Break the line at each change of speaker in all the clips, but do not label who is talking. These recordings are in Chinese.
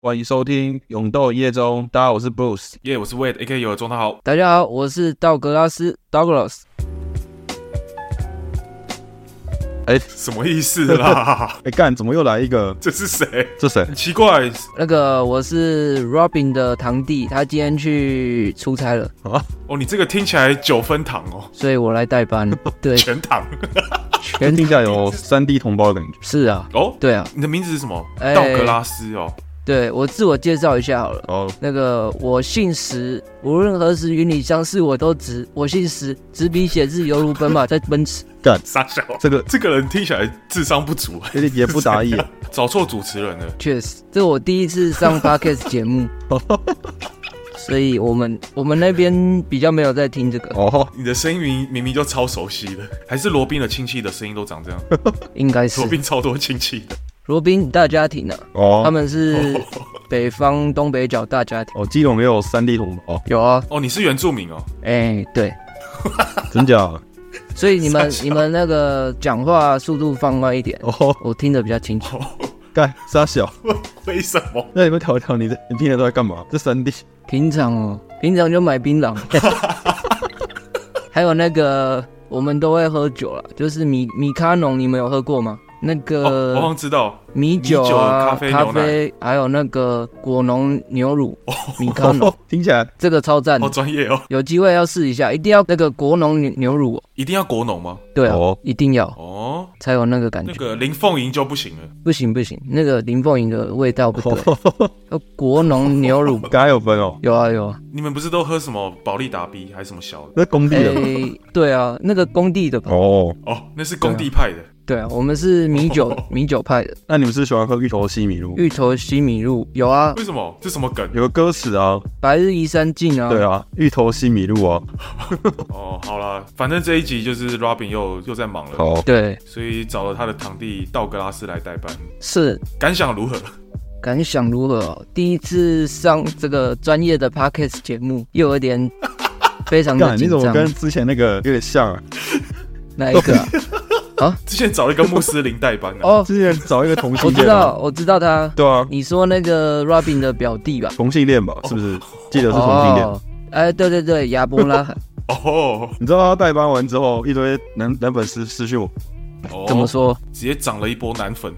欢迎收听《勇斗夜中》，大家好，我是 Bruce。
耶、我是 Wade A K 有的状态好。
大家好，我是道格拉斯 Douglas。
什么意思啦？
哎，干，怎么又来一个？
这是谁？
这谁？
很奇怪，
那个我是 Robin 的堂弟，他今天去出差了，
啊
哦，你这个听起来九分糖哦，
所以我来代班。对，
全糖
全
听起来有三 D 同胞的感觉。
是啊，
哦。
对啊，
你的名字是什么？
哎
道格拉斯哦。
对我自我介绍一下好了。
哦，
那个我姓石，无论何时与你相识，我都直。我姓石，执笔写字犹如奔马在奔驰。
傻小，
这个
这个人听起来智商不足，哎
有点也不打 眼。
找错主持人了。
确实，这我第一次上 podcast 节目，所以我们我们那边比较没有在听这个，
哦，
你的声音明明明就超熟悉的，还是罗宾的亲戚的声音都长这样。
应该是
罗宾超多亲戚的，
罗宾大家庭啊，他
哦，
们是北方东北角大家庭。
哦，基隆也有三 D 同胞，
有啊，
哦，你是原住民哦。
哎、对，
真假？
所以你 们
傻笑
你们那个讲话速度放慢一点，
哦，
我听得比较清楚。
干，傻小。
为什么？
那你们调一调，你这你听得都在干嘛？这三 D
平常哦，平常就买槟 榔，还有那个我们都会喝酒了，就是米米卡农，你们有喝过吗？那
哦，我好
个
像知道。
米酒
米酒
啊，
咖啡牛奶
还有那个果农牛乳，米卡 农
哦， 听起来
这个超赞
好
的，
专业哦。
有机会要试一下，一定要那个果农牛牛乳哦，
一定要国农吗？
对啊
哦，
一定要
哦，
才有那个感
那
觉。
个林凤营就不行了。
不行不行，那个林凤营的味道不对，
哦，
要国农牛乳
刚才有分哦，
有啊有啊，
你们不是都喝什么保利达 B 还是什么小的？
那工地
哎、
的
对啊，那个工地的吧，
哦。
哦，那是工地派的。
对啊，我们是米 酒米酒派的，
那你们是喜欢喝芋头西米露？
芋头西米露有啊，
为什么？这什么梗？
有个歌词啊，
白日依山尽啊，
对啊，芋头西米露啊。
哦，好啦，反正这一集就是 Robin 又又在忙了，
好，
对
所以找了他的堂弟道格拉斯来代班。
是
感想如何？
感想如何哦？第一次上这个专业的 podcast 节目，又有点非常 的
干，你
紧
怎么
张，
跟之前那个有点像啊？
哪一 个啊、
之前找了一个穆斯林代班啊，
哦，
之前找一个同
我
性
知
恋啊，
道我知道他，
对啊，
你说那个 Robin 的表弟吧？
同性恋吧，是不是？记得是同性恋。
哦，哎，对对对，亚伯拉罕
哦
你知道他代班完之后，一堆男男粉丝私讯我，
哦，
怎么？说？
直接涨了一波男粉。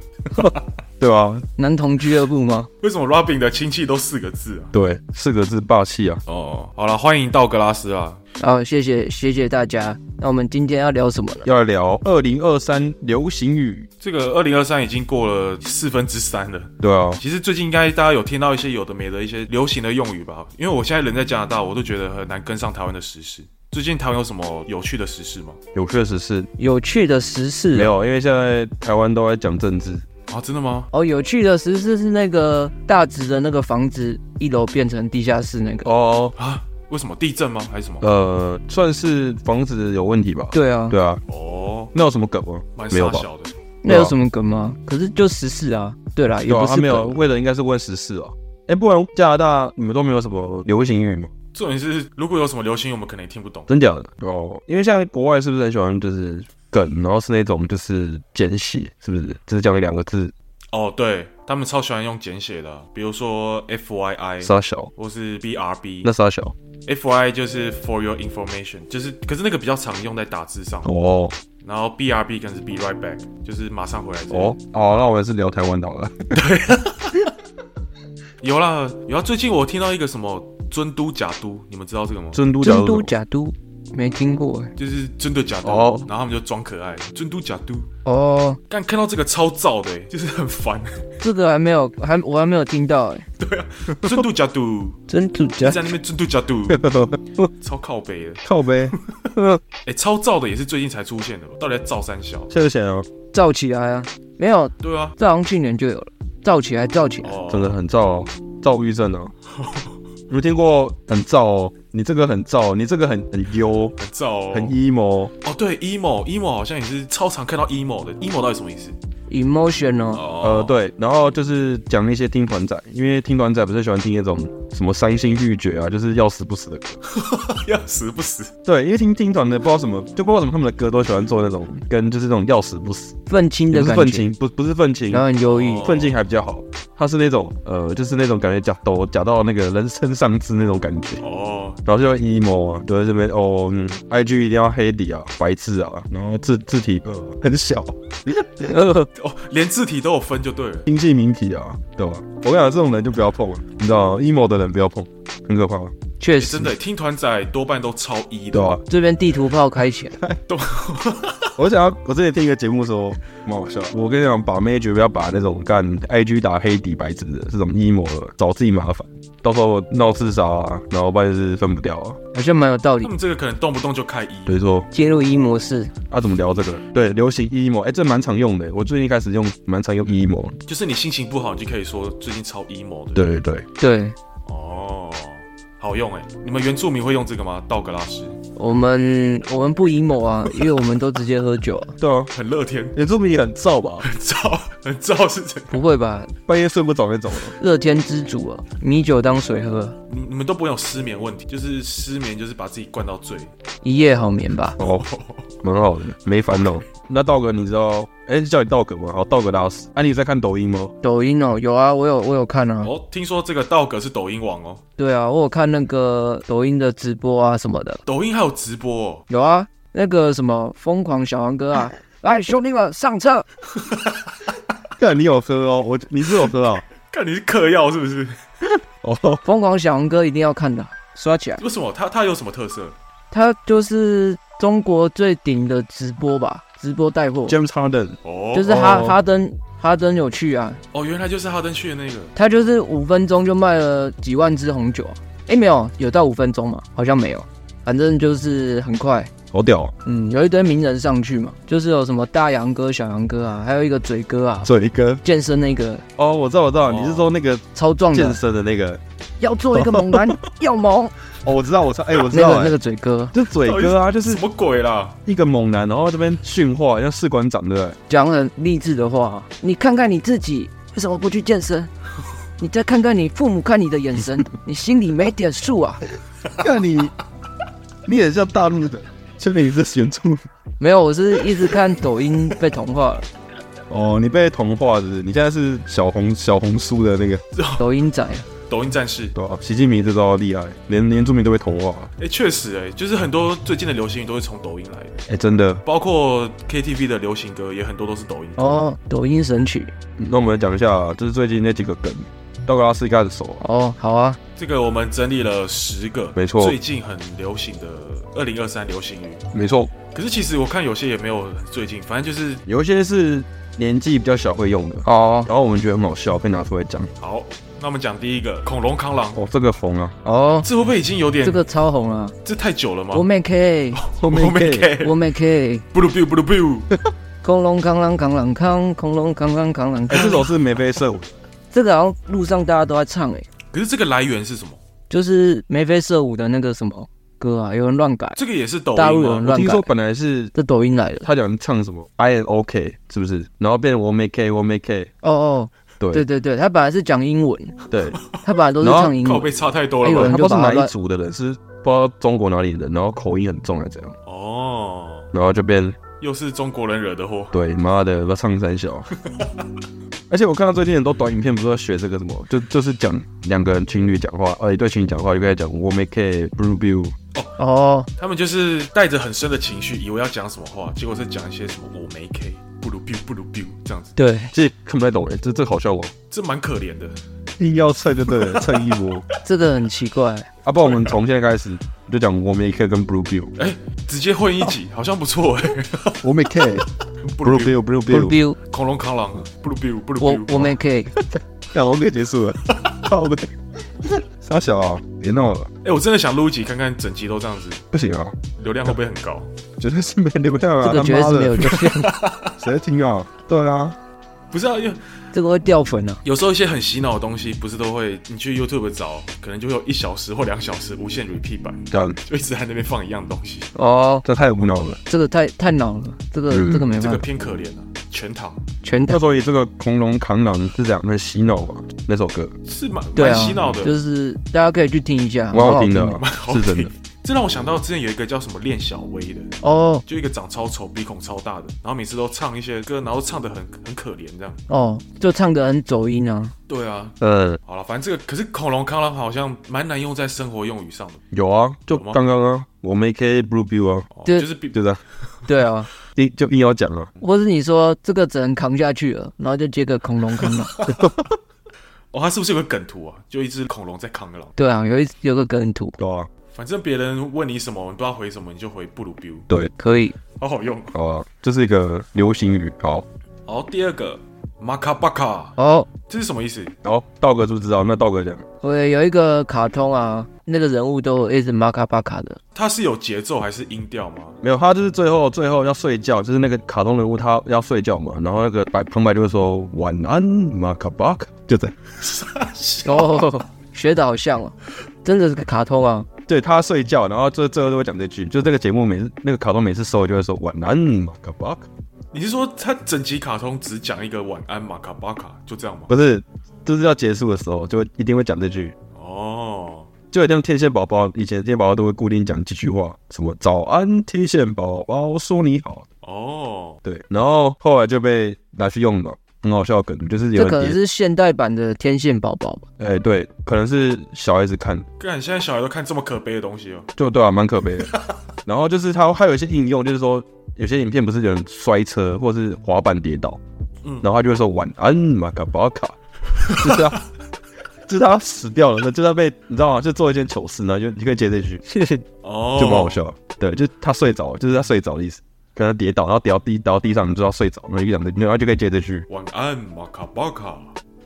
对啊，
男童俱乐部 吗？
为什么 Robin 的亲戚都四个字啊？
对，四个字霸气啊。
哦，好了，欢迎道格拉斯啊。
好，哦谢谢谢谢大家。那我们今天要聊什么呢？
要来聊二零二三流行语，
这个二零二三已经过了四分之三了。
对啊，
其实最近应该大家有听到一些有的没的一些流行的用语吧？因为我现在人在加拿大，我都觉得很难跟上台湾的时事。最近台湾有什么有趣的时事吗？
有确实是
有趣的时事啊
没有，因为现在台湾都在讲政治，
啊，真的吗？
哦，有趣的时事是那个大直的那个房子一楼变成地下室那个。
哦，
啊，为什么地震吗？还是什么？
呃，算是房子有问题吧？
对啊，
对啊，
哦，
那有什么梗吗
蛮？
没有
傻
吧？
小的。
那有什么梗吗？可是就时事啊。对啦，也
对啊，
不
他
是
没有，
梗。
为了应该是问时事啊。哎，不然加拿大你们都没有什么流行语吗？
重点是，如果有什么流行，我们可能也听不懂。
真假的？哦，因为像国外是不是很喜欢就是梗，然后是那种就是简写，是不是？只讲两个字，
哦，对他们超喜欢用简写的，啊比如说 F Y I
傻小，
或是 B R B
啊那。傻小
F Y 就是 For Your Information，就是可是那个比较常用在打字上，
哦
然后 B R B 跟是 Be Right Back，就是马上回来之类的。
哦哦，那我们是聊台湾岛了。
有啦，有啊！最近我听到一个什么尊都假都，你们知道这个吗？
尊都假如
真都假都没听过哎、
就是真的假的，
哦
然后他们就装可爱，尊都假都。
哦，
但看到这个超燥的、 就是 很烦。
这个还没有，还我还没有听到哎、
尊都假都，
真都假
在那边尊都假都， 超靠北的。
靠呗，
哎、超燥的也是最近才出现的吧？到底在燥三小？
谢谢啊，
造起来啊？没有，
对啊，
这好像去年就有了。造起来，造起来。
哦，
真的很燥哦，躁郁症哦。你们听过很燥哦？你这个很燥，哦你这个很很忧，
很燥哦。
很 emo 哦。
哦，对，emo，emo 好像也是超常看到 emo 的，emo 到底什么意思？
emotional，
呃
哦，
呃，，对，然后就是讲那些听团仔，因为听团仔不是喜欢听那种什么三星欲绝啊，就是要死不死的歌。
要死不死。
对，因为听听团的不知道什么，就不知道怎么他们的歌都喜欢做那种跟就是那种要死不死，
愤青
也
的
不是
感
愤
觉，
青，不不是愤青，
然后很忧郁
哦，
奋进还比较好，他是那种呃，就是那种感觉假抖假到那个人生上志那种感觉，
哦，
然后就 emo 啊，就在这边哦、嗯、，IG 一定要黑底啊，白字啊，然后字字体呃很小，呃，
哦，连字体都有分就对了。
精细明体啊，对吧？我跟你讲，这种人就不要碰了，你知道 emo 的人不要碰，很可怕，
确
欸
实
真。的，听团仔多半都超一的
对，啊吧？
这边地图炮开起 来，
我想要，我之前听一个节目说，蛮好笑。我跟你讲，把妹绝不要把那种干 IG 打黑底白字的这种 emo 的找自己麻烦，到时候闹自杀啊，然后不然就是分不掉啊。
好像蛮有道理
他。们这个可能动不动就开一。
比如说
介入一模式，
啊，怎么聊这个？对，流行 emo，哎、这蛮常用的。我最近开始用，蛮常用 emo。
就是你心情不好，你就可以说最近超 emo 的。，
对对对，
对
哦，好用哎、你们原住民会用这个吗？道格拉斯
我们我们不 emo 啊，因为我们都直接喝酒、啊，
对啊，
很乐天，
原住民也很燥吧？
很燥，很燥是这。
不会吧？
半夜睡不着那种。
乐天之主啊，米酒当水喝，
你你们都不会有失眠问题，就是失眠就是把自己灌到醉。
一夜好眠吧。
哦，蛮好的，没烦恼。那道哥，你知道？哎、是叫你道哥吗？好，道哥拉斯。哎、你在看抖音吗？
抖音哦，有啊，我有我有看
嗯
啊，
哦，听说这个道格是抖音网哦，
对啊，我有看那个抖音的直播啊什么的，
抖音还有直播、哦。
有啊，那个什么疯狂小黄 哥啊，来兄弟们上车，
看你有喝哦，我你是有喝啊、
看你是嗑药是不是？
哦，
疯狂小黄哥一定要看的，刷起来。
为什么他他有什么特色？
他就是中国最顶的直播吧，直播带货，
James Harden，
哦，
就是哈
哦
哈登哈登有去啊，
哦，原来就是哈登去的那个。
他就是五分钟就卖了几万支红酒、啊，哎、没有，有到五分钟吗？好像没有，反正就是很快。
好屌、啊，
嗯，有一堆名人上去嘛，就是有什么大杨哥、小杨哥啊，还有一个嘴哥啊，
嘴哥。
健身那个
哦，我知道，我知道，
哦
你是说那个
超壮
健
的，
身的那个？
要做一个 猛男，要猛，
哦，我知道，我知道，哎、我知
那
道、
个
哎
那个嘴哥
就嘴哥啊，就是
什么鬼啦？
一个猛男，然后这边训话，像士官长对不对？
讲很励志的话啊、你看看你自己为什么不去健身？你再看看你父母看你的眼 神，你心里没点数啊？
看你， 你也像大陆的，确定你是原住民
没有，我是一直看抖音被同 化了，
哦，你被同化是不是？你现在是小红小红书的那个，
抖音仔。
抖音战士，
对吧、习近平这招厉害，连连著名都被同化，
哎、确实哎、就是很多最近的流行语都是从抖音来的，
哎、真的。
包括 KTV 的流行歌也很多都是抖音。
哦，抖音神曲
那我们来讲一下，就是最近那几个梗，道格拉斯一开始熟啊，
哦，好啊，
这个我们整理了十个，
没错
最近很流行的二零二三流行语。
没错，
可是其实我看有些也没有最近，反正就是
有一些是年纪比较小会用的，
哦
然后我们觉得很好笑，被拿出来讲。
好。那我们讲第一个恐龙扛狼，
哦，这个红啊，
哦，
这会不会已经有点
这个超红啊，
这太久了吗？
我们 可以，
后面
我没
gay
care，
我们可以，
不噜 biu 不噜 biu，
恐龙扛狼扛狼扛，恐龙扛狼扛狼
哎、
扛。
这首是眉飞色舞，
这个好像路上大家都在唱哎、
可是这个来源是什么？
就是眉飞色舞的那个什么歌啊，有人乱改，
这个也是抖
大陆
音
有
吗？
人
我
乱
听说
改，
本来是
这抖音来的。
他讲唱什么 I am OK 是不是？然后变成我没 K 我没 K，
哦哦，
对
对对对，他本来是讲英文，
对，
他本来都是
然后
唱英
靠
文。
背差太多了
哎有
吧？
人
他
就
不知道是
把
哪一
它乱
族的人，是不知道中国哪里人，然后口音很重还是怎样，
哦，
然后就变
又是中国人惹的祸。
对妈的不要唱三 小。而且我看到最近很多短影片，不是在学这个什么，就就是讲两个人情侣讲话，呃，一对情侣讲话就开始讲我没 K blue blue，
哦，
他们就是带着很深的情绪，以为要讲什么话，结果是讲一些什么我没 K，不如 biu 不如 biu 这样子，
对，
其实看不太懂哎，这这个好笑哦，
这蛮可怜的。
硬要蹭就对了，蹭一波。
这个很奇怪。
啊，不然我们从现在开始就讲我没 K 跟 blue blue，
哎、直接混一起，好像不错哎、
我没 K blue blue blue
Blue
blue，
Bill，
恐龙扛狼，不如 biu 不如
我
biu。
我 们可以，
看我可以结束了， 好的，傻小啊，别闹了，
哎、我真的想录一集看看整集都这样子，
不行啊，
流量会不会很高？
绝对是没流量啊，
这个绝对
他妈
是
的
没有流量，
谁在听啊？对啊，
不是啊，因为
这个会掉粉啊。
有时候一些很洗脑的东西，不是都会你去 YouTube 找，可能就会有一小时或两小时无限 repeat 版，
干，
就一直在那边放一样东西，
哦，
这太无脑了，
这个太太恼了，这个
嗯
这个没
这个
办法，
偏可怜了、啊。全糖
全
那
台
时候也这个恐龙扛狼是这样的洗脑吧？那首歌
是蛮
对
蛮
啊，
洗脑的，
就是大家可以去听一下，
蛮好听
听
的啊，
蛮好
是真
呃听
的。。
这让我想到之前有一个叫什么练小薇的，
哦
就一个长超丑、鼻孔超大的，然后每次都唱一些歌，然后唱的很很可怜这样。
哦，就唱的很走音啊，
对啊，
嗯，
好了，反正这个可是恐龙康朗好像蛮难用在生活用语上的
有啊，就
有吗
刚刚啊，我们 K Blue Bill 啊，
哦，
对
就是比
对的，
对啊，
硬就硬要讲啊，
或是你说这个只能扛下去了，然后就接个恐龙扛狼，
哦，它是不是有个梗图啊？就一只恐龙在扛狼，
对啊，有一有个梗图，
对啊，
反正别人问你什么，你不知道回什么，你就回不如 b i u
对，
可以
好好用哦。
好啊，这是一个流行语，好，
好，第二个 maka baka，
哦。
这是什么意思？
然后道哥知不知道？那道哥讲，
我有一个卡通啊，那个人物都有一直马卡巴卡的，
它是有节奏还是音调吗？
没有，他就是最后最后要睡觉，就是那个卡通人物他要睡觉嘛，然后那个白旁白就会说晚安马卡巴卡，就这样。
哦，学的好像哦，真的是个卡通啊，
对他睡觉，然后最最后都会讲这句，就这个节目每次那个卡通每次收尾就会说晚安马卡巴卡，
你是说它整集卡通只讲一个晚安 maka baka 就这样吗？
不是，就是要结束的时候就会一定会讲这句，
哦，
就有像天线宝宝，以前天线宝宝都会固定讲几句话，什么早安天线宝宝说你好，
哦，
对，然后后来就被拿去用了，很好笑的梗，就是
这
有
可能
人叠，
是现代版的天线宝宝吧？
哎、对，可能是小孩子看，
干，现在小孩都看这么可悲的东西哦。
就对啊，蛮可悲的。 然后就是它还有一些应用，就是说有些影片不是有人摔车或是滑板跌倒，
嗯
然后他就会说晚安马卡巴卡，就是他， 就是他死掉了，那就是他被你知道吗？就做一件糗事，然后就你可以接这句，
哦，
就蛮好。笑的。对，就是他睡着了，就是他睡着的意思。可能跌倒，然后跌到地，跌到地上，你知道睡着，然后就讲这，然后就可以接这句，
哦晚安 maka baka，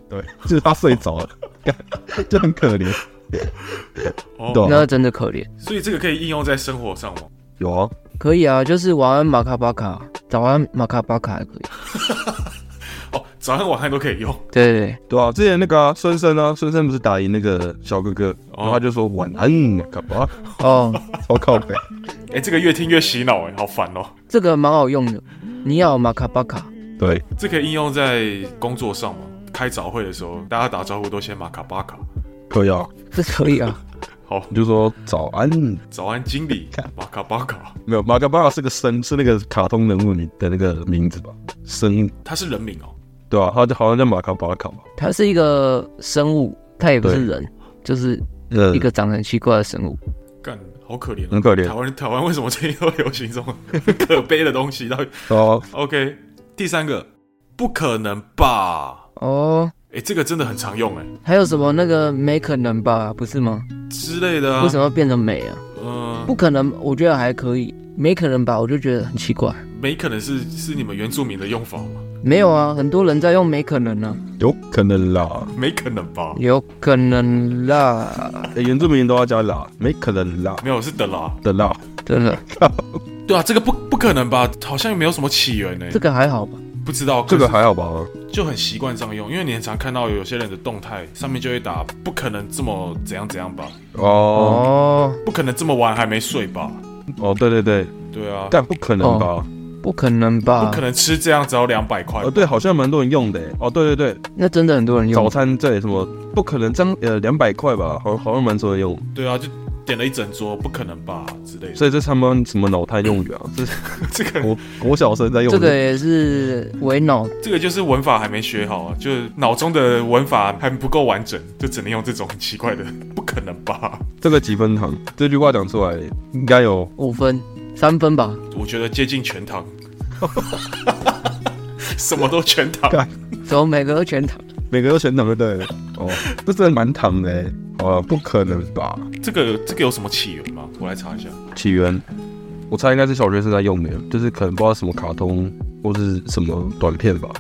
对，就是他睡着了， 干就很可怜，
哦，
对、啊
那，真的可怜。
所以这个可以应用在生活上吗？
有啊，
可以啊，就是晚安马卡巴卡，早安马卡巴卡也可以。
哦，早安晚安都可以用。
对对对，
对啊，之前那个啊孙、生啊，孙生不是打赢那个小哥哥，然后他就说晚安，干嘛？
哦，
超靠北。
哎、这个越听越洗脑，哎，好烦哦。
这个蛮好用的。你要有马卡巴卡，
对，
这可以应用在工作上吗？开早会的时候，大家打招呼都先 maka baka。
可以啊，
这可以 啊。
好，
你就说早安，
早安 经理 maka baka，
没有马卡巴卡是个生，是那个卡通人物名的那个名字吧？生，
他是人名哦。
对啊，他就好像叫马卡巴卡吧？
它是一个生物，它也不是
对
人，就是
嗯
一个长得很奇怪的生物。
干，好可怜、哦，
很可怜
台湾台湾为什么最近都流行这种 可悲的东西？到底
哦，
OK，第三个，不可能吧？
哦，
哎、这个真的很常用哎、
还有什么那个没可能吧？不是吗？
之类的啊。
为什么变成没啊？
嗯、
不可能，我觉得还可以。没可能吧？我就觉得很奇怪。
没可能是是你们原住民的用法吗？
没有啊，很多人在用没可能啊，
有可能啦，
没可能吧？
有可能啦，
欸原住民都要加啦，没可能啦
没有，是的啦。
的啦，
真的，
对啊，这个不不可能吧？好像没有什么起源哎、
这个还好吧？
不知道
这个
可是
还好吧？哦
就很习惯这样用，因为你很常看到有些人的动态上面就会打不可能这么怎样怎样吧，
哦
哦，
不可能这么晚还没睡吧？
哦，对对对，
对啊，
但不可能
哦
吧？
不可能吧？
不可能吃这样只要两百块
哦，，对，好像蛮多人用的欸。哦，对对对，
那真的很多人用
早。餐对什么不可能张呃两百块吧，好好像蛮多人用。
对啊，就点了一整桌，不可能吧之类的。
所以这他们什么脑瘫用语啊？这是
这个
国国小生在用
这
的。
个也是为脑，
这个就是文法还没学好啊，就是脑中的文法还不够完整，就只能用这种很奇怪的，不可能吧？
这个几分糖这句话讲出来应该有
五分三分吧？
我觉得接近全 糖，什么都全糖。
怎么每个都全糖？
每个都全糖就对了。哦，这真的蛮糖的欸。哦，不可能吧？
这个这个有什么起源吗？我来查一下。
起源，我猜应该是小学生在用的，就是可能不知道什么卡通或是什么短片吧。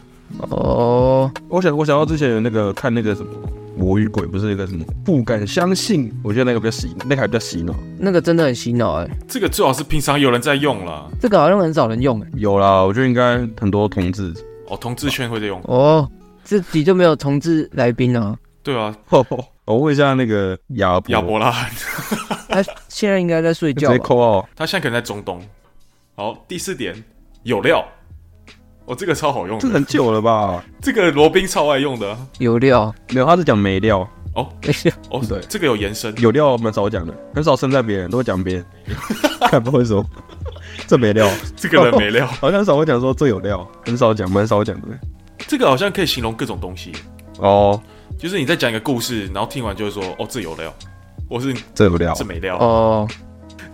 哦，
我想，我想到之前有那个看那个什么《魔与鬼》，不是那个什么不敢相信，我觉得那个比较洗，那个还比较洗脑。
那个真的很洗脑哎、
这个最好是平常有人在用啦。
这个好像很少人用哎、
有啦，我觉得应该很多同志，
哦，同志圈会在用。
哦，这集就没有同志来 宾啊？
对啊，
我问一下那个亚伯，
亚伯拉罕，
他哎现在应该在睡
直
觉
接
吧？
扣哦，
他现在可能在中东。好，第四点，有料。哦，这个超好用
这
的，
个很久了吧？
这个罗宾超爱用的啊、
有料，
没有，他是讲没料，
哦
对，
这个有延伸，
有料蛮少讲的，很少称赞别人，都会讲 别人。看不会说，这没料，
这个人没料，
好像很少会讲说这有料，很少讲，蛮少讲的。
这个好像可以形容各种东西，
哦，
就是你在讲一个故事，然后听完就是说，哦，这有料，或是
这有料
这，没料，
哦，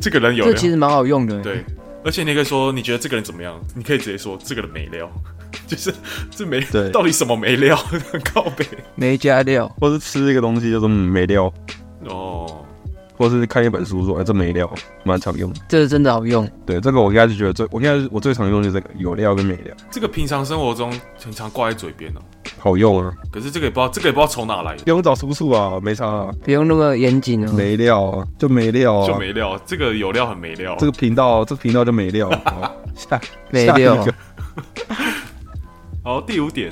这个人有
这
料
其，实蛮好用的。欸
对，而且你也可以说你觉得这个人怎么样，你可以直接说这个人没料， 就是这没
对
到底什么没料， 很靠背
没加料，
或是吃一个东西就说嗯没料，
哦，
或是看一本书说哎这没料，蛮常用的。
这个真的好用。
对，这个我应该是觉得最，我应该是我最常用的就是这个有料跟没料，
这个平常生活中很常挂在嘴边哦、
好用啊，
可是这个也不知道，这个也不知道从哪来的，
不用找出处啊，没差、啊，
不用那么严谨哦。
没料啊，就没料啊，
就没料。这个有料很没料，
这个频道，这个频道就没料。好下
没
下一
料
个
好，第五点，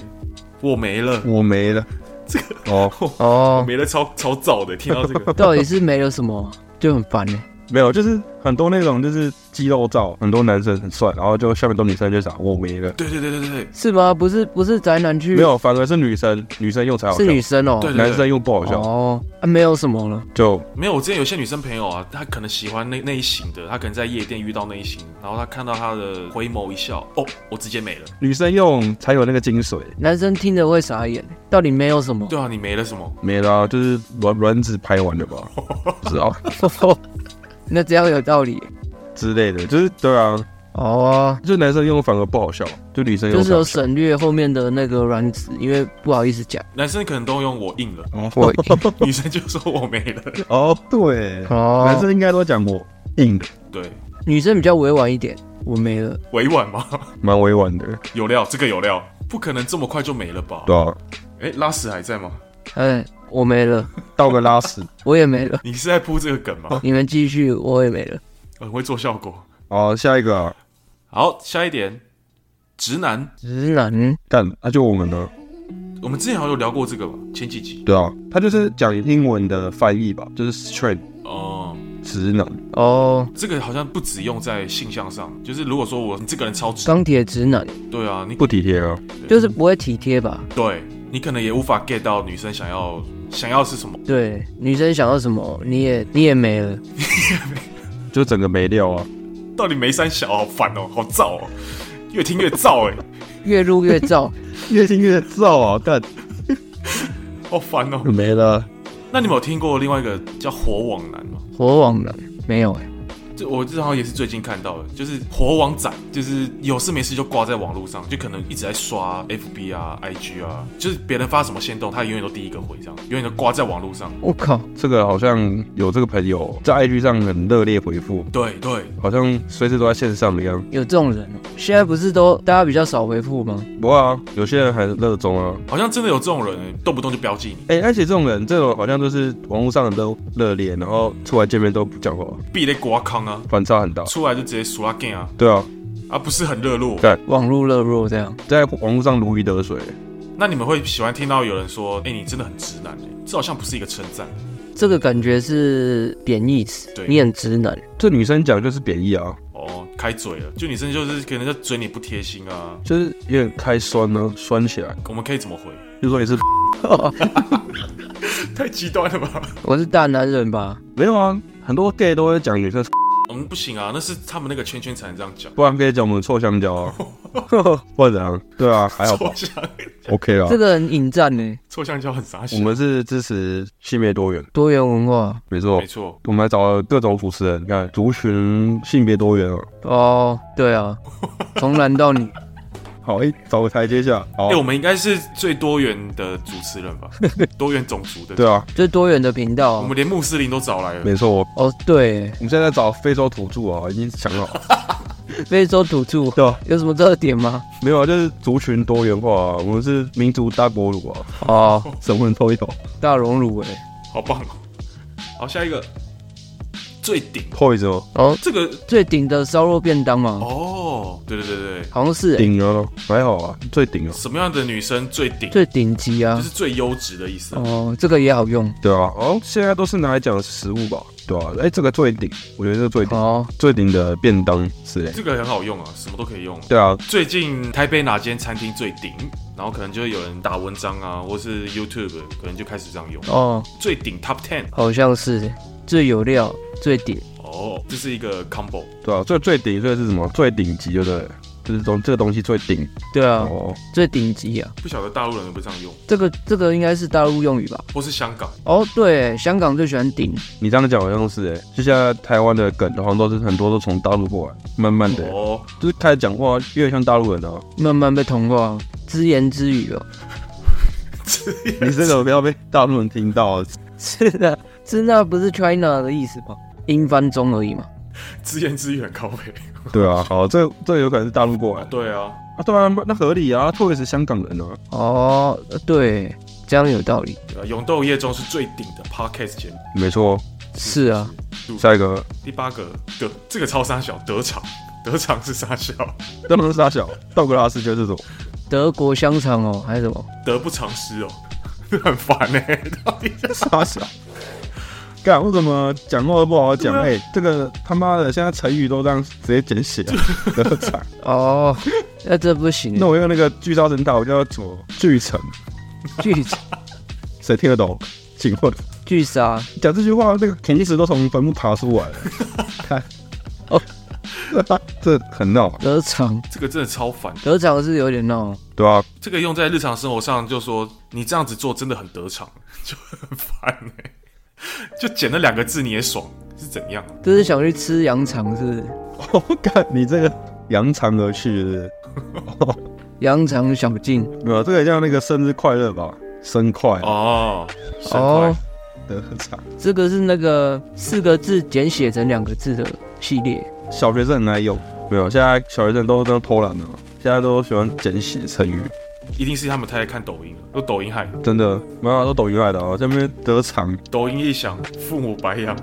我没了，
我没 了。这个哦，
哦，
没了超超早的，听到这 个
到底是没了什么就很烦欸呢。
没有，就是很多那种就是肌肉照，很多男生很帅，然后就下面都女生就想我没
嗯
了。
对对对对对对，
是吗？不是不是宅男去，
没有，反而是女生，女生用才好笑
是，女生哦。
对对
男生用不好笑，
哦，啊，没有什么了。
就
没有。我之前有些女生朋友啊，她可能喜欢那那一型的，她可能在夜店遇到那一型，然后她看到她的回眸一笑，哦，我直接没了。
女生用才有那个精髓。
男生听着会傻眼，到底没有什么？
对啊，你没了什么？
没啦、就是卵卵子拍完了吧， 啊不知道
那这样有道理
之类的，就是对啊，
哦，
就男生用反而不好笑，就女生用
就是
才好
有
笑
省略后面的那个软子，因为不好意思讲。
男生可能都用我 硬了，
我
女生就说我没了。
哦，对，
哦，
男生应该都讲我硬的，
对，
女生比较委婉一点，我没了。
委婉吗？
蛮委婉的，
有料，这个有料，不可能这么快就没了吧？
对啊，
哎、拉屎还在吗？
哎，我没了，
倒个拉屎，
我也没了。
你是在铺这个梗吗？
你们继续，我也没了。
很会做效果。
哦，下一个、啊。
好，下一点，直男。
直男
干，那、就我们呢？
我们之前好像有聊过这个吧？前几集。
对啊，他就是讲英文的翻译吧，就是 straight
哦、
直男。
哦，
这个好像不只用在性向上，就是如果说我你这个人超直，
钢铁直男
对啊，你
不体贴啊，
就是不会体贴吧？
对你可能也无法 get 到女生想要想要是什么。
对，女生想要什么，你也你也没了。
就整个没料啊。
到底没三小，好烦哦，好燥哦，越听越燥哎、
越入越燥，
越听越燥啊，干
好烦哦。
没了。
那你们有听过另外一个叫火网男吗？
火网男没有哎、
这我这好像也是最近看到的，就是火网仔，就是有事没事就挂在网络上，就可能一直在刷 FB 啊、IG 啊，就是别人发什么限动，他永远都第一个回，这样永远都挂在网络上。
我靠，
这个好像有这个朋友在 IG 上很热烈回复，
对对，
好像随时都在线上一样。
有这种人哦、现在不是都大家比较少回复吗？
不过啊，有些人很热衷啊。
好像真的有这种人，欸动不动就标记你，
哎、而且这种人，这种好像都是网络上很热热烈，然后出来见面都不讲话，
必得瓜康啊，
反差很大。
出来就直接刷 gay 啊，
对啊，
啊不是很热络。
对
网络热络这样，
在网络上如鱼得水。
那你们会喜欢听到有人说，哎、你真的很直男、欸，这好像不是一个称赞，
这个感觉是贬义词
对。
你很直男，
这女生讲就是贬义啊，
哦，开嘴了，就女生就是可能在嘴你不贴心啊，
就是有点开酸呢、酸起来，
我们可以怎么回？
就说你是
太极端了吧？
我是大男人吧？
没有啊，很多 gay 都会讲女生，
嗯，不行啊，那是他们那个圈圈才能这样讲。
不然可以讲我们臭香蕉 啊， 或者怎样？对啊，还好吧
臭香
，OK 啊
这。个很引战呢、
臭香蕉很傻
我
笑，
们是支持性别多元，
多元文化
没错
没。错，
我们还找了各种主持人，你看族群性别多元啊，
哦，对啊，从男到女，
好，哎、找个台阶下，好
哎、，我们应该是最多元的主持人吧，多元种族的。
对啊，
这多元的频道
我
啊、
们连穆斯林都找来了。
没错，我
哦，对，
们现在找非洲土著啊，已经想 好，
非洲土著
对啊，
有什么特点吗？
没有啊，就是族群多元化啊，我们是民族大国主啊，
哦，
什么人都有
大荣辱哎、
好棒哦！好，下一个最顶
，poise 哦，
哦，
这个
最顶的烧肉便当嘛，
哦，对对对对，
好像是、欸、
顶啊，还好啊，最顶啊，
什么样的女生最顶？
最顶级啊
就。是最优质的意思啊。
哦，这个也好用，
对啊，哦，现在都是拿来讲食物吧，对啊，哎、这个最顶，我觉得这个最顶、
哦，
最顶的便当之类。
这个很好用啊，什么都可以用。
对啊，
最近台北哪间餐厅最顶？然后可能就会有人打文章啊，或是 YouTube，可能就开始这样用。
哦，
最顶 Top Ten
好像是欸最有料、最顶。
哦，这是一个 combo。
对啊，最最顶这个是什么？最顶级，对不对？就是东这个东西最顶
对啊，
哦，
最顶级啊！
不晓得大陆人有没有这样用，
这个这个应该是大陆用语吧？
或是香港
哦，对，香港最喜欢顶。
你这样讲好像是哎、就现在台湾的梗好像都是很多都从大陆过来，慢慢的、
哦，
就是开始讲话越像大陆人了、
慢慢被同化，只言只语哦。
你这个不要被大陆人听到、
是的，支那不是 China 的意思吗？英翻中而已嘛。
自言自语很高配。
对啊，好，这这有可能是大陆过来
对啊，
啊，对啊，那合理啊，Toys 是香港人啊，
哦，呃对，这样有道理。
对啊永斗夜中是最顶的 podcast 节目。
没错。
是啊，
下一个
第八个德，这个超三小德场，德场是啥小？
当然是大小，道格拉斯就是这种，
德国香肠哦，还是什么？
得不偿失哦， 很烦哎、到底在
傻小。干，为什么讲话都不好好讲？哎、这个他妈的，现在成语都这样直接简写、啊，德惨。
哦，那这 不行
那，我用那个聚焦神塔，我叫做聚成，
巨
谁听得懂？请问，
巨杀
讲这句话，那个肯定石都从坟墓爬出来了。看，哦，这很闹，啊
德肠，
这个真的超烦。
德肠是有点闹。
对吧、啊？
这个用在日常生活上，就说你这样子做真的很得逞， 就很烦哎、就简那两个字你也爽，是怎样？
就是想去吃羊肠，是不是？
我、哦、干，你这个扬长而去是不是
羊肠小径
没有，这个像那个生日快乐吧，生快
哦，神
哦
快，，
德惨。
这个是那个四个字简写成两个字的系列。
小学生很爱用，没有，现在小学生都都偷懒了，现在都喜欢简写成语，
一定是他们太爱看抖音了，都抖音害，
真的，没有都抖音来的啊，这边得偿，
抖音一响，父母白养，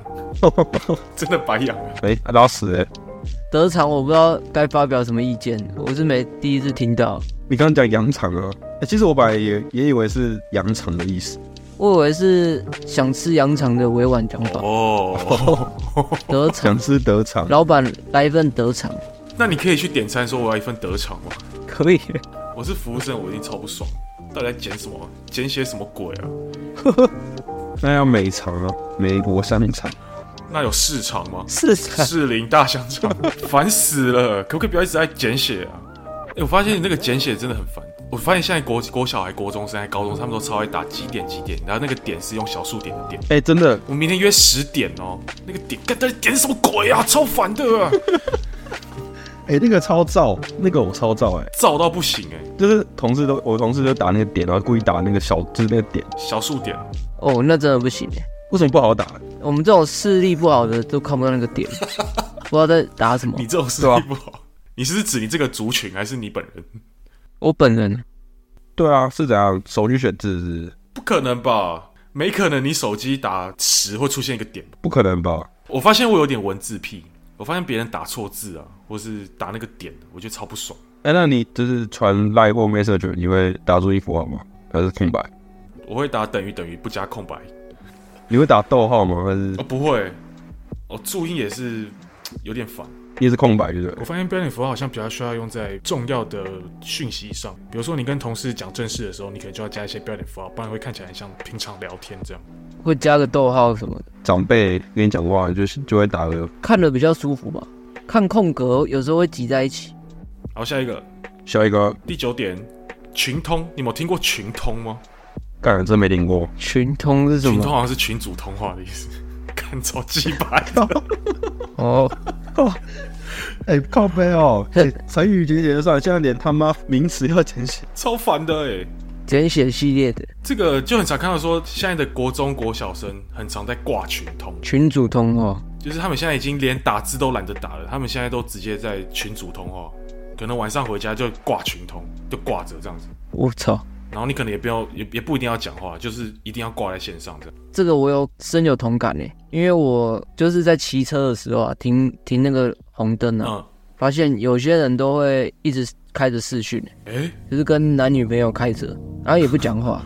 真的白养啊了。
没拉屎哎，
德肠我不知道该发表什么意见，我是没第一次听到，
你刚刚讲羊肠啊、欸，其实我本来也也以为是羊肠的意思，
我以为是想吃羊肠的委婉讲法。
哦，
德
想
肠，
吃得偿，
老板来一份德肠，
那你可以去点餐说我要一份德肠吗？
可以。
我是服务生，我一定超不爽，到底在剪什么？剪写什么鬼啊？
那要美肠啊，美国香肠，
那有市场吗？
是啊，
士林大香肠， 烦死了！可不可以不要一直在简写啊？哎、我发现那个简写真的很烦。我发现现在国国小孩、国中生、还高中生，他们都超爱打几点几点，然后那个点是用小数点的点。
哎、真的，
我明天约十点哦，那个点，干到底点什么鬼啊？超烦的、啊，
哎、那个超燥，那个我超燥哎、
燥到不行哎、
就是同事都我同事就打那个点，然后故意打那个小，就是那个点，
小数点，
哦，那真的不行哎。
为什么不好好打？
我们这种视力不好的都看不到那个点，不知道在打什么
你。这种事
对啊
力不好。你是指你这个族群，还是你本人？
我本人
对啊，是怎样手机选字是不是
不可能吧？没可能，你手机打十会出现一个点吧
不可能吧？
我发现我有点文字癖，我发现别人打错字啊，或是打那个点，我觉得超不爽。
哎、那你就是传 line 或 message，你会打出一符号吗？还是空白？
我会打等于等于不加空白，
你会打逗号吗？还是
哦不会，哦注音也是有点烦。
也是空白，对不
我
对？
发现标点符号好像比较需要用在重要的讯息上，比如说你跟同事讲正事的时候，你可能就要加一些标点符号，不然会看起来很像平常聊天这样。
会加个逗号什么的，
长辈跟你讲话，你就是就会打个
看着比较舒服吧。看空格有时候会挤在一起。
好，下一个
下一个，
第九点，群通，你有没有听过群通吗？
干真没听过，
群通是什
群通
么？
好像是群主通话的意思，看超鸡巴的。
哦，
哎、靠背哦，成语简写就算，现在连他妈名词要简写，
超烦的哎、
简写系列的
这个就很常看到说，现在的国中国小生很常在挂群通，
群主通哦话，
就是他们现在已经连打字都懒得打了，他们现在都直接在群组通话，可能晚上回家就挂群通，就挂着这样子。
我操，
然后你可能也不要，也也不一定要讲话，就是一定要挂在线上这样。
这个我有深有同感呢，欸因为我就是在骑车的时候啊，停停那个红灯啊，
嗯，
发现有些人都会一直开着视讯，欸
哎，
就是跟男女朋友开着，然后也不讲话，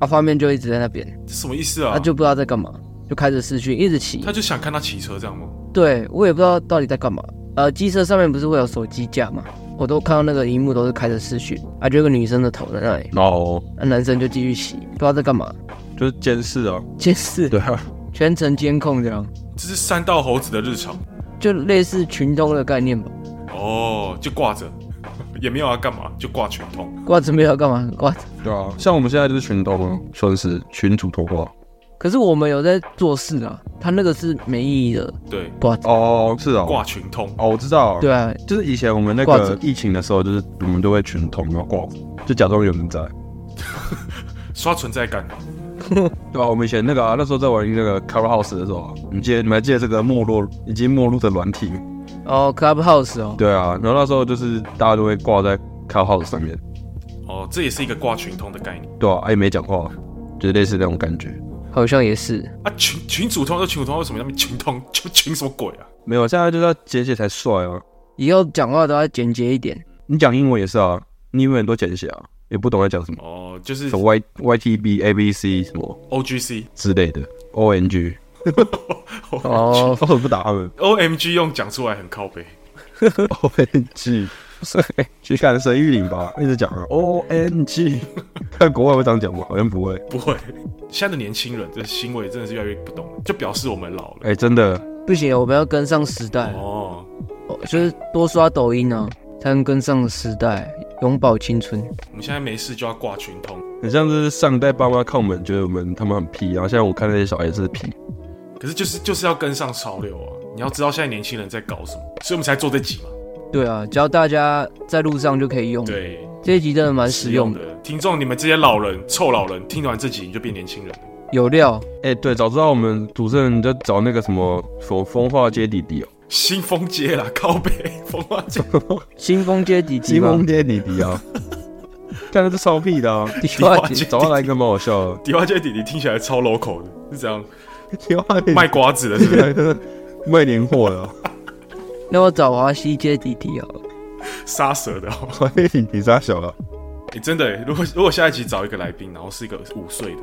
啊，画面就一直在那边，
这什么意思啊？
他就不知道在干嘛。就开着市区一直骑
他。就想看他骑车这样吗？
对我也不知道到底在干嘛。呃，机车上面不是会有手机架吗？我都看到那个荧幕都是开着视讯，啊，就有个女生的头在那里，
哦，
那、男生就继续骑，不知道在干嘛，
就是监视啊，
监视，
对啊，
全程监控这样，
这是山道猴子的日常
就类似群通的概念吧。
哦，就挂着， 也没有要干嘛，就挂拳通。
挂着没有要干嘛？挂着。
对啊，像我们现在就是群投啊，算是群主投票。
可是我们有在做事啊，他那个是没意义的
对，
挂着。
哦，是啊，
挂群通，
哦，我知道，
对，啊，
就是以前我们那
挂着
个疫情的时候，就是我们都会群投，然后挂，就假装有人在。
刷存在感。
对吧、我们以前那个、啊、那时候在玩那个 Color House 的时候、啊，你记得你们还记得这个没落已经没落的软体吗？
哦，Clubhouse 哦，
对啊，然后那时候就是大家都会挂在 Color House 上面，
哦，这也是一个挂群通的概念
对啊，哎、没讲话，就是类似那种感觉。
好像也是。
啊。群群主通就群主通，为什么那边群通就群什么鬼啊？
没有，现在就是要简写才帅啊！
以后讲话都要简洁一点。
你讲英文也是啊，你英文很多简写啊，也不懂在讲什么，
哦，就是
什么 Y Y T B A B C 什么
O G C
之类的，O N G，
哦，
我不打他 们
O M G 用讲出来很靠背。
，O N G，去 看沈玉琳吧，一直讲啊，O N G，看国外会这样讲吗？好像不会。
不会， 现在的年轻人的行为真的是越来越不懂了，就表示我们老了。
哎、真的，
不行，我们要跟上时代，
哦，
哦就是多刷抖音啊，才能跟上时代，永葆青春。
我们现在没事就要挂群通，
很像是上一代爸妈看我们，觉得我们他们很屁，然后现在我看那些小孩也是屁。
可是就是就是要跟上潮流啊！你要知道现在年轻人在搞什么，所以我们才做这集嘛。
对啊，只要大家在路上就可以用。，
对，
这一集真的蛮实嗯用的，
的。听众，你们这些老人、臭老人，听完这集你就变年轻人了。
有料。
哎、对，早知道我们主持人就找那个什么什风化街弟 弟哦，
新风街啦，靠北风花街，
新风街底集
金
吗
风街弟弟啊，看着这超屁的啊，
迪化
迪化
街
街
找他来一个蛮好笑 的，
迪化街弟弟听起来超 local 的，是这样
迪化街
卖瓜子的，是不是？
啊 卖年货的、啊，
那我找华西街底底哦。
杀蛇的、哦。
所以你你傻小了，
哎、真的耶，如果如果下一集找一个来宾，然后是一个五岁的，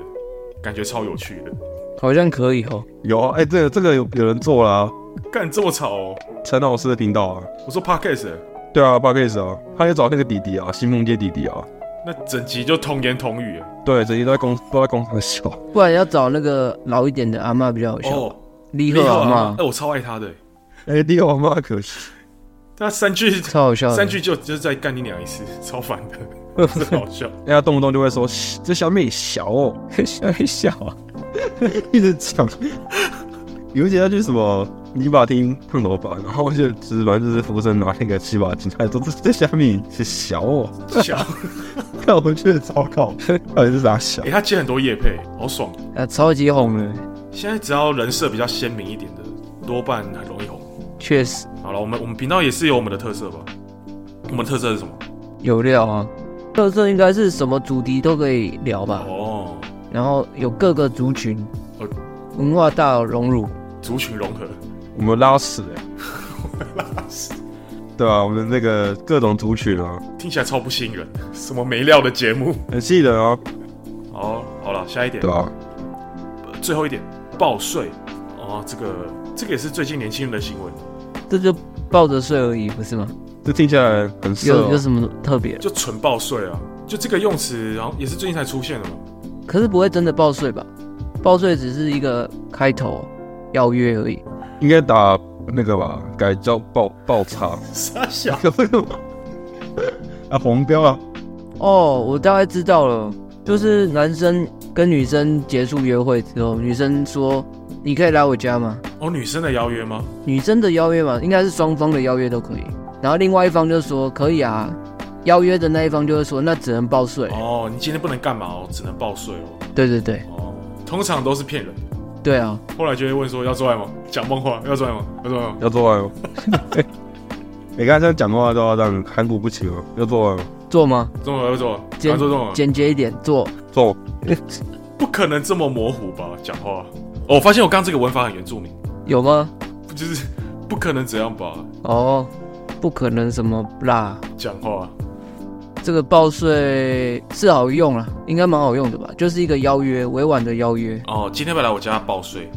感觉超有趣的。
好像可以哦，
有啊，哎、这个这个有有人做啦、
干这么吵哦！
陈老师的频道啊，
我说 podcast，耶
对啊 p a c a s 啊，他也找那个弟弟啊，新风街弟弟啊，
那整集就童言童语耶。
对，整天都在公都在公司笑。
不然要找那个老一点的阿嬷比较好笑。
哦，
李
厉
贺
害
阿
啊！哎、
嬷
我超爱他的耶，
哎，迪奥妈可惜，
他三句
超好笑的。
三句就就是再干你娘一次，超烦的， 真的好笑。
人家动不动就会说嘘这小妹小 哦，
笑一笑啊，
一直讲。有一节他去什么理发厅烫头发，然后就就是反正就是服务生拿那个洗发精，他说这这小妹是小哦，
笑，
看我觉得糟 糕，到底是啥小
哎、？他接很多夜配，好爽。
啊，超级红的，
现在只要人设比较鲜明一点的，多半很容易红。
确实
好了，我们我们频道也是有我们的特色吧？我们的特色是什么？
有料啊。特色应该是什么主题都可以聊吧，
哦，
然后有各个族群
哦，
文化大有融入。
族群融合。
我们拉屎欸哎、 对啊，我们那个各种族群啊，
听起来超不吸引人，什么没料的节目。
很吸引人啊，
哦，好了，下一点
对，啊吧、
最后一点，报税。哦，这个这个也是最近年轻人的行为，
这就抱着睡而已，不是吗？
这听起来很
啊
色、
有有
哦，
什么特别？
就纯报税啊，就这个用词，然后也是最近才出现的嘛。
可是不会真的报税吧？报税只是一个开头邀约而已。
应该打那个吧，改叫爆爆叉，
傻小，
有没有？ 啊，黄标啊，
哦，我大概知道了，就是男生跟女生结束约会之后，女生说你可以来我家吗？
哦，女生的邀约吗？
女生的邀约嘛，应该是双方的邀约都可以。然后另外一方就说可以啊，邀约的那一方就会说那只能报税。
哦，你今天不能干嘛哦，只能报税哦。
对对对
哦，通常都是骗人的。
对啊，
后来就会问说要做爱吗？讲梦话要做爱吗？要做爱吗？
要做 爱哦。你刚才这样讲话都要让韩国不行哦，要做爱哦，
做吗？
中了要做，
简
要做中了，
简洁一点，做。
做
不可能这么模糊吧？讲话。哦，我发现我刚刚这个文法很原住民，
有吗？
就是不可能这样吧？
哦，不可能什么啦。
讲话。
这个报税是好啊用啦，应该蛮好用的吧？就是一个邀约，委婉的邀约。
哦，今天本来我家报税，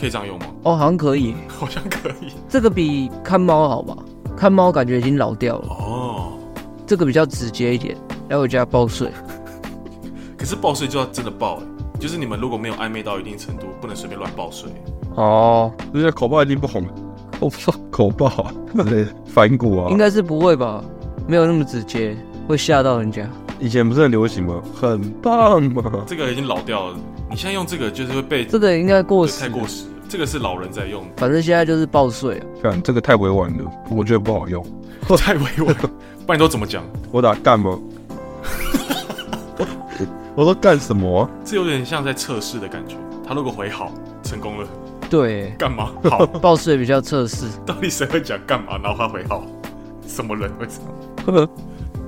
可以这样用吗？
哦，好像可以。
好像可以
这个比看猫好吧？看猫感觉已经老掉了，
哦。
这个比较直接一点。来我家报税，
可是报税就要真的报、欸，就是你们如果没有暧昧到一定程度，不能随便乱报税。
哦，这些口爆一定不红，
我操，
口爆啊，对，反骨啊
应，该是不会吧？没有那么直接，会吓到人家。
以前不是很流行吗？很棒啊嘛，
这个已经老掉了，你现在用这个就是会被
这个应该过
就
时
太
了，
过时了。这个是老人在用，
反正现在就是报税啊。
看这个太委婉了，我觉得不好用。
太委婉了，不然你都怎么讲？
我打干 嘛？我说干什么啊、
这有点像在测试的感觉。他如果回好成功了，
对，
干嘛 好？
报税比较测试。
到底谁会讲干嘛？然后他回好，什 么人会这样？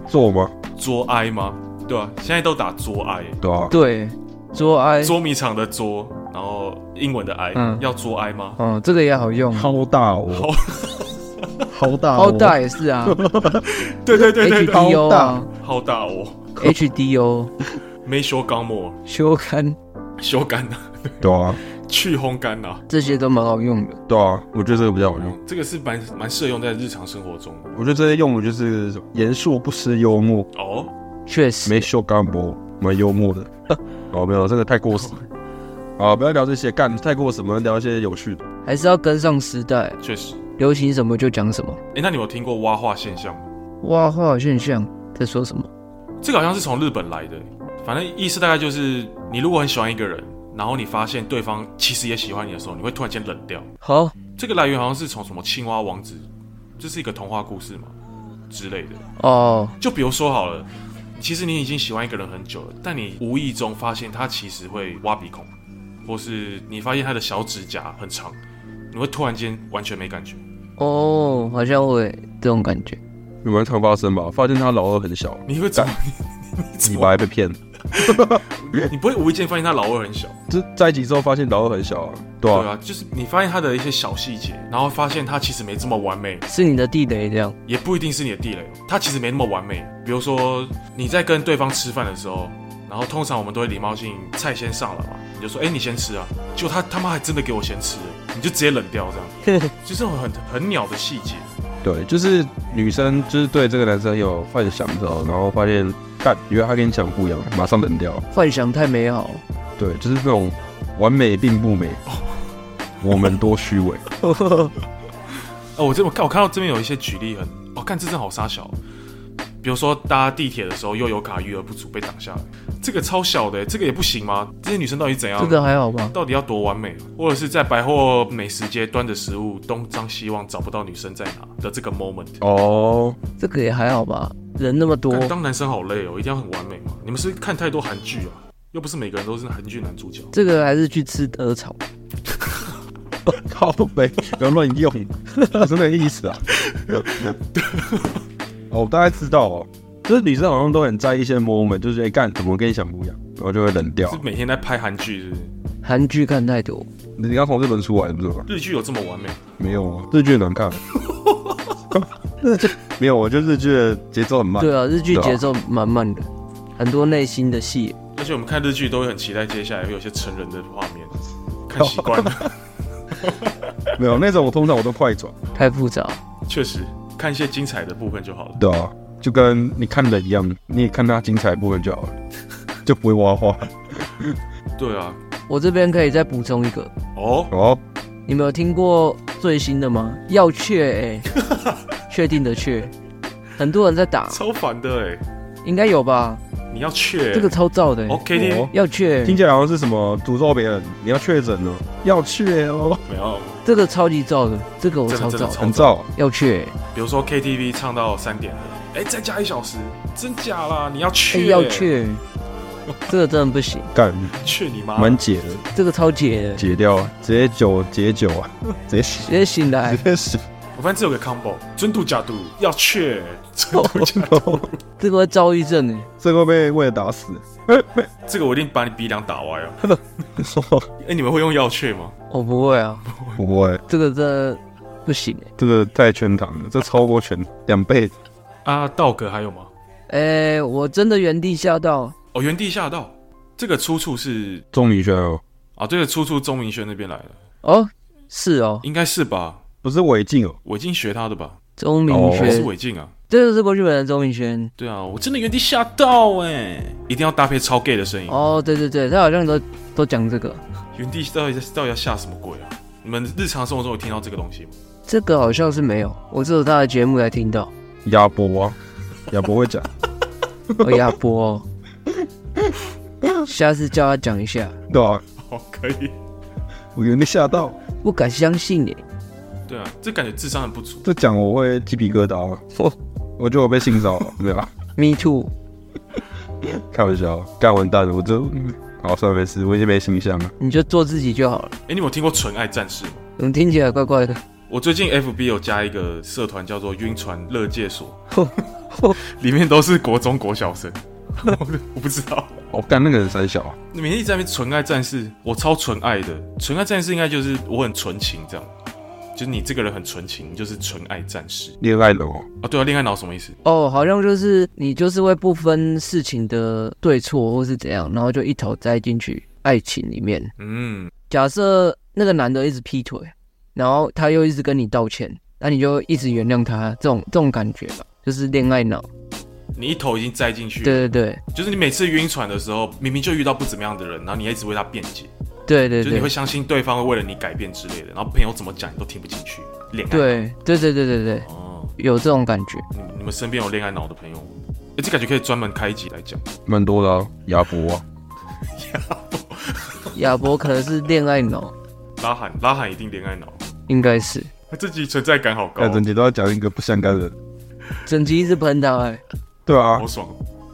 做吗？
作哀吗？对啊，现在都打作哀、
对啊，
对，捉哀，
捉迷藏的捉，然后英文的哀，
嗯
要捉哀吗？
嗯，这个也好用。
好大我，好大哦
好大也是啊
对对对对对，
，HDO 啊
好大哦，
，HDO
没修钢墨，
修刊
修干呐、
对啊，
去烘干呐、
这些都蛮好用的。
对啊，我觉得这个比较好用。
这个是蛮蛮适用在日常生活中的
我觉得这些用的就是严肃不失幽默，
哦。
确实，
没秀干博，蛮幽默的。 哦，没有，这个太过时。啊，不要聊这些干太过时，我们聊一些有趣的。
还是要跟上时代，
确实，
流行什么就讲什么。
哎，那你有听过蛙化现象吗？
哇，化好现象在说什么？
这个好像是从日本来的，反正意思大概就是，你如果很喜欢一个人，然后你发现对方其实也喜欢你的时候，你会突然间冷掉。
好，
这个来源好像是从什么青蛙王子，这是一个童话故事嘛之类的。
哦，
就比如说好了，其实你已经喜欢一个人很久了，但你无意中发现他其实会挖鼻孔，或是你发现他的小指甲很长，你会突然间完全没感觉。
哦，好像会这种感觉。
你们常发生吧？发现他老二很小，
你会怎么？ 你怎
你
么？
白被骗了。
你不会无意间发现他老二很小，
这在一起之后发现老二很小啊，对
对
啊，
啊，就是你发现他的一些小细节，然后发现他其实没这么完美，
是你的地雷这样，
也不一定是你的地雷，他其实没那么完美。比如说你在跟对方吃饭的时候，然后通常我们都会礼貌性菜先上了嘛，你就说哎、你先吃啊，结果他他妈还真的给我先吃、你就直接冷掉这样。 就这种很很鸟的细节，
对，就是女生就是对这个男生有幻想之后，然后发现干，原来他跟你想不一样，马上冷掉。
幻想太美好。
对，就是这种完美并不美，我们多虚 伪。
哦，我这我看我看到这边有一些举例很，哦，看这真好傻小。比如说搭地铁的时候，悠游卡余额不足被挡下来，这个超小的，这个也不行吗？这些女生到底怎样？
这个还好吧？
到底要多完美？或者是在百货美食街端着食物，东张西望找不到女生在哪的这个 moment，
哦，
这个也还好吧？人那么多，
干当男生好累哦，一定要很完美嘛？你们是不是看太多韩剧啊？又不是每个人都是韩剧男主角。
这个还是去吃得草。
靠背，不要乱 用，真的意 思啊。哦，我大概知道哦，就是女生好像都很在意一些 moment，就是哎干、怎么跟你想不一样，然后就会冷掉
是。每天在拍韩剧，是不是？
韩剧看太多，
你刚从日本出来不是吗？
日剧有这么完美？
没有啊，日剧很难 看。日剧没有，我觉得日剧的节奏很慢。
对啊，日剧
对啊
节奏蛮慢的，很多内心的戏。
而且我们看日剧都会很期待接下来会有一些成人的画面，看习惯 了，
没有那种，我通常我都快转，
太复杂。
确实看一些精彩的部分就好了。
对啊，就跟你看人一样，你也看他精彩的部分就好了，就不会挖花。
对啊，
我这边可以再补充一个，
哦，
哦，
你们有听过最新的吗？要确哎、确定的确，很多人在打，
超烦的哎，
应该有吧？
你要确
这个超燥的、欸
哦 KTV
哦
要确
听起来好像是什么诅咒别人，你要确诊哦，要确哦，
没有，
这个超级燥的，这个我
真的
超
真的
燥，
超
很燥。
要确、欸
比如说 KTV 唱到三点了，哎，再加一小时，真假啦？你要确、
哎要确，这个真的不行，
干，
确欸你妈！
蛮解的，
这个超解的，
解掉，啊直接酒解酒 啊，直接洗
直，接醒来
直，接洗。
我发现这有个 combo，尊嘟假嘟要确，尊嘟假
这个会躁郁症哎、
这个被为了打死，
这个我一定把你鼻梁打歪了。 哎，你们会用要确吗？
我不会啊，
不会，
这个真的不行哎、
这个太全糖了，这超过全两倍。
啊，道格还有吗？
哎、我真的原地吓到，
哦，原地下道，这个出处是
钟宇轩哦，
啊，这个出处钟明轩那边来的。
哦，是哦，
应该是吧？
不是违禁哦，
我已经学他的吧？
周明
哦
还是
轩，
违禁啊？
这就是过去本的周明轩。
对啊，我真的原地吓到哎、一定要搭配超 gay 的声音。
哦，对对对，他好像都都讲这个，
原地到底到底要吓什么鬼啊？你们日常生活中有听到这个东西吗？
这个好像是没有，我只有他的节目才听到。
亚伯啊，亚伯会讲，
哦，亚波、哦，下次叫他讲一下，
对吧、
哦，可以。
我有点吓到，
不敢相信欸耶。
对啊，这感觉智商很不足。
这讲我会鸡皮疙 瘩，啊
哦
我觉得我被性骚扰，没 有啊，
Me too，
开玩笑，啊干完蛋了，我就好算了没事，我已经没形象了，
你就做自己就好了。
哎、你们有听过《纯爱战士》吗？
怎么听起来怪怪的？
我最近 FB 有加一个社团叫做“晕船乐界所
吼”，
里面都是国中国小生。 我我不知道，
我、哦干那个人三小啊，
你们一直在那边纯爱战士，我超纯爱的。纯爱战士应该就是我很纯情这样，就是你这个人很纯情，你就是纯爱战士
恋爱了哦，
啊。对啊，恋爱脑什么意思？
哦，好像就是你就是会不分事情的对错或是怎样，然后就一头栽进去爱情里面。
嗯，
假设那个男的一直劈腿，然后他又一直跟你道歉，那你就一直原谅他，这种这种感觉吧，就是恋爱脑。
你一头已经栽进去，
对对对
就是你每次晕船的时候，明明就遇到不怎么样的人，然后你还一直为他辩解，
对对
就是你会
对。
相信对方会为了你改变之类的，然后朋友怎么讲你都听不进去，恋爱。
对对对对对对，
哦，
有这种感觉。
你你们身边有恋爱脑的朋友吗？哎，这感觉可以专门开一集来讲。
蛮多的啊，亚伯啊，
亚伯可能是恋爱脑，
拉喊拉喊一定恋爱脑，
应该是。
这集存在感好高
干，哎整节都要讲一个不相干的人，
整集一直喷他、哎，
对啊
好，爽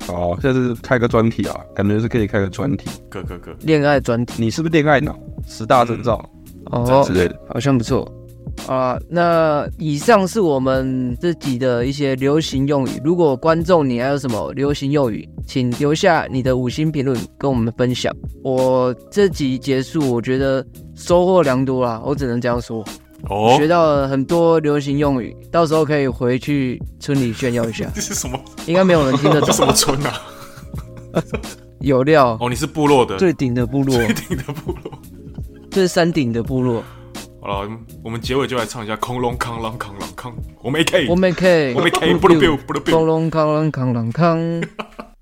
哦。
好，下次开个专题啊，感觉是可以开个专题，
可可可，
恋爱专题
你是不是恋爱脑？十大征兆
哦
之，类的，
好像不错啊。那以上是我们这集的一些流行用语。如果观众你还有什么流行用语，请留下你的五星评论跟我们分享。我这集结束，我觉得收获良多啦，我只能这样说，
哦，
学，到了很多流行用语，到时候可以回去村里炫耀一下
这是什么？
应该没有人听得
这什
懂。
么村啊？
有 料，
哦，你是部落的，
最顶的部落，
最顶的部落。
最山顶的部落。
好了，我们我们结尾就来唱一下《空龙康啷康啷康》，我们 AK，
我们可以，
我们 AK，不能 biu，不能 biu。
咚隆康啷康啷康。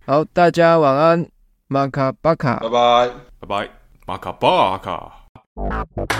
好，大家晚安，玛卡巴卡。
拜。
拜拜，马卡巴卡。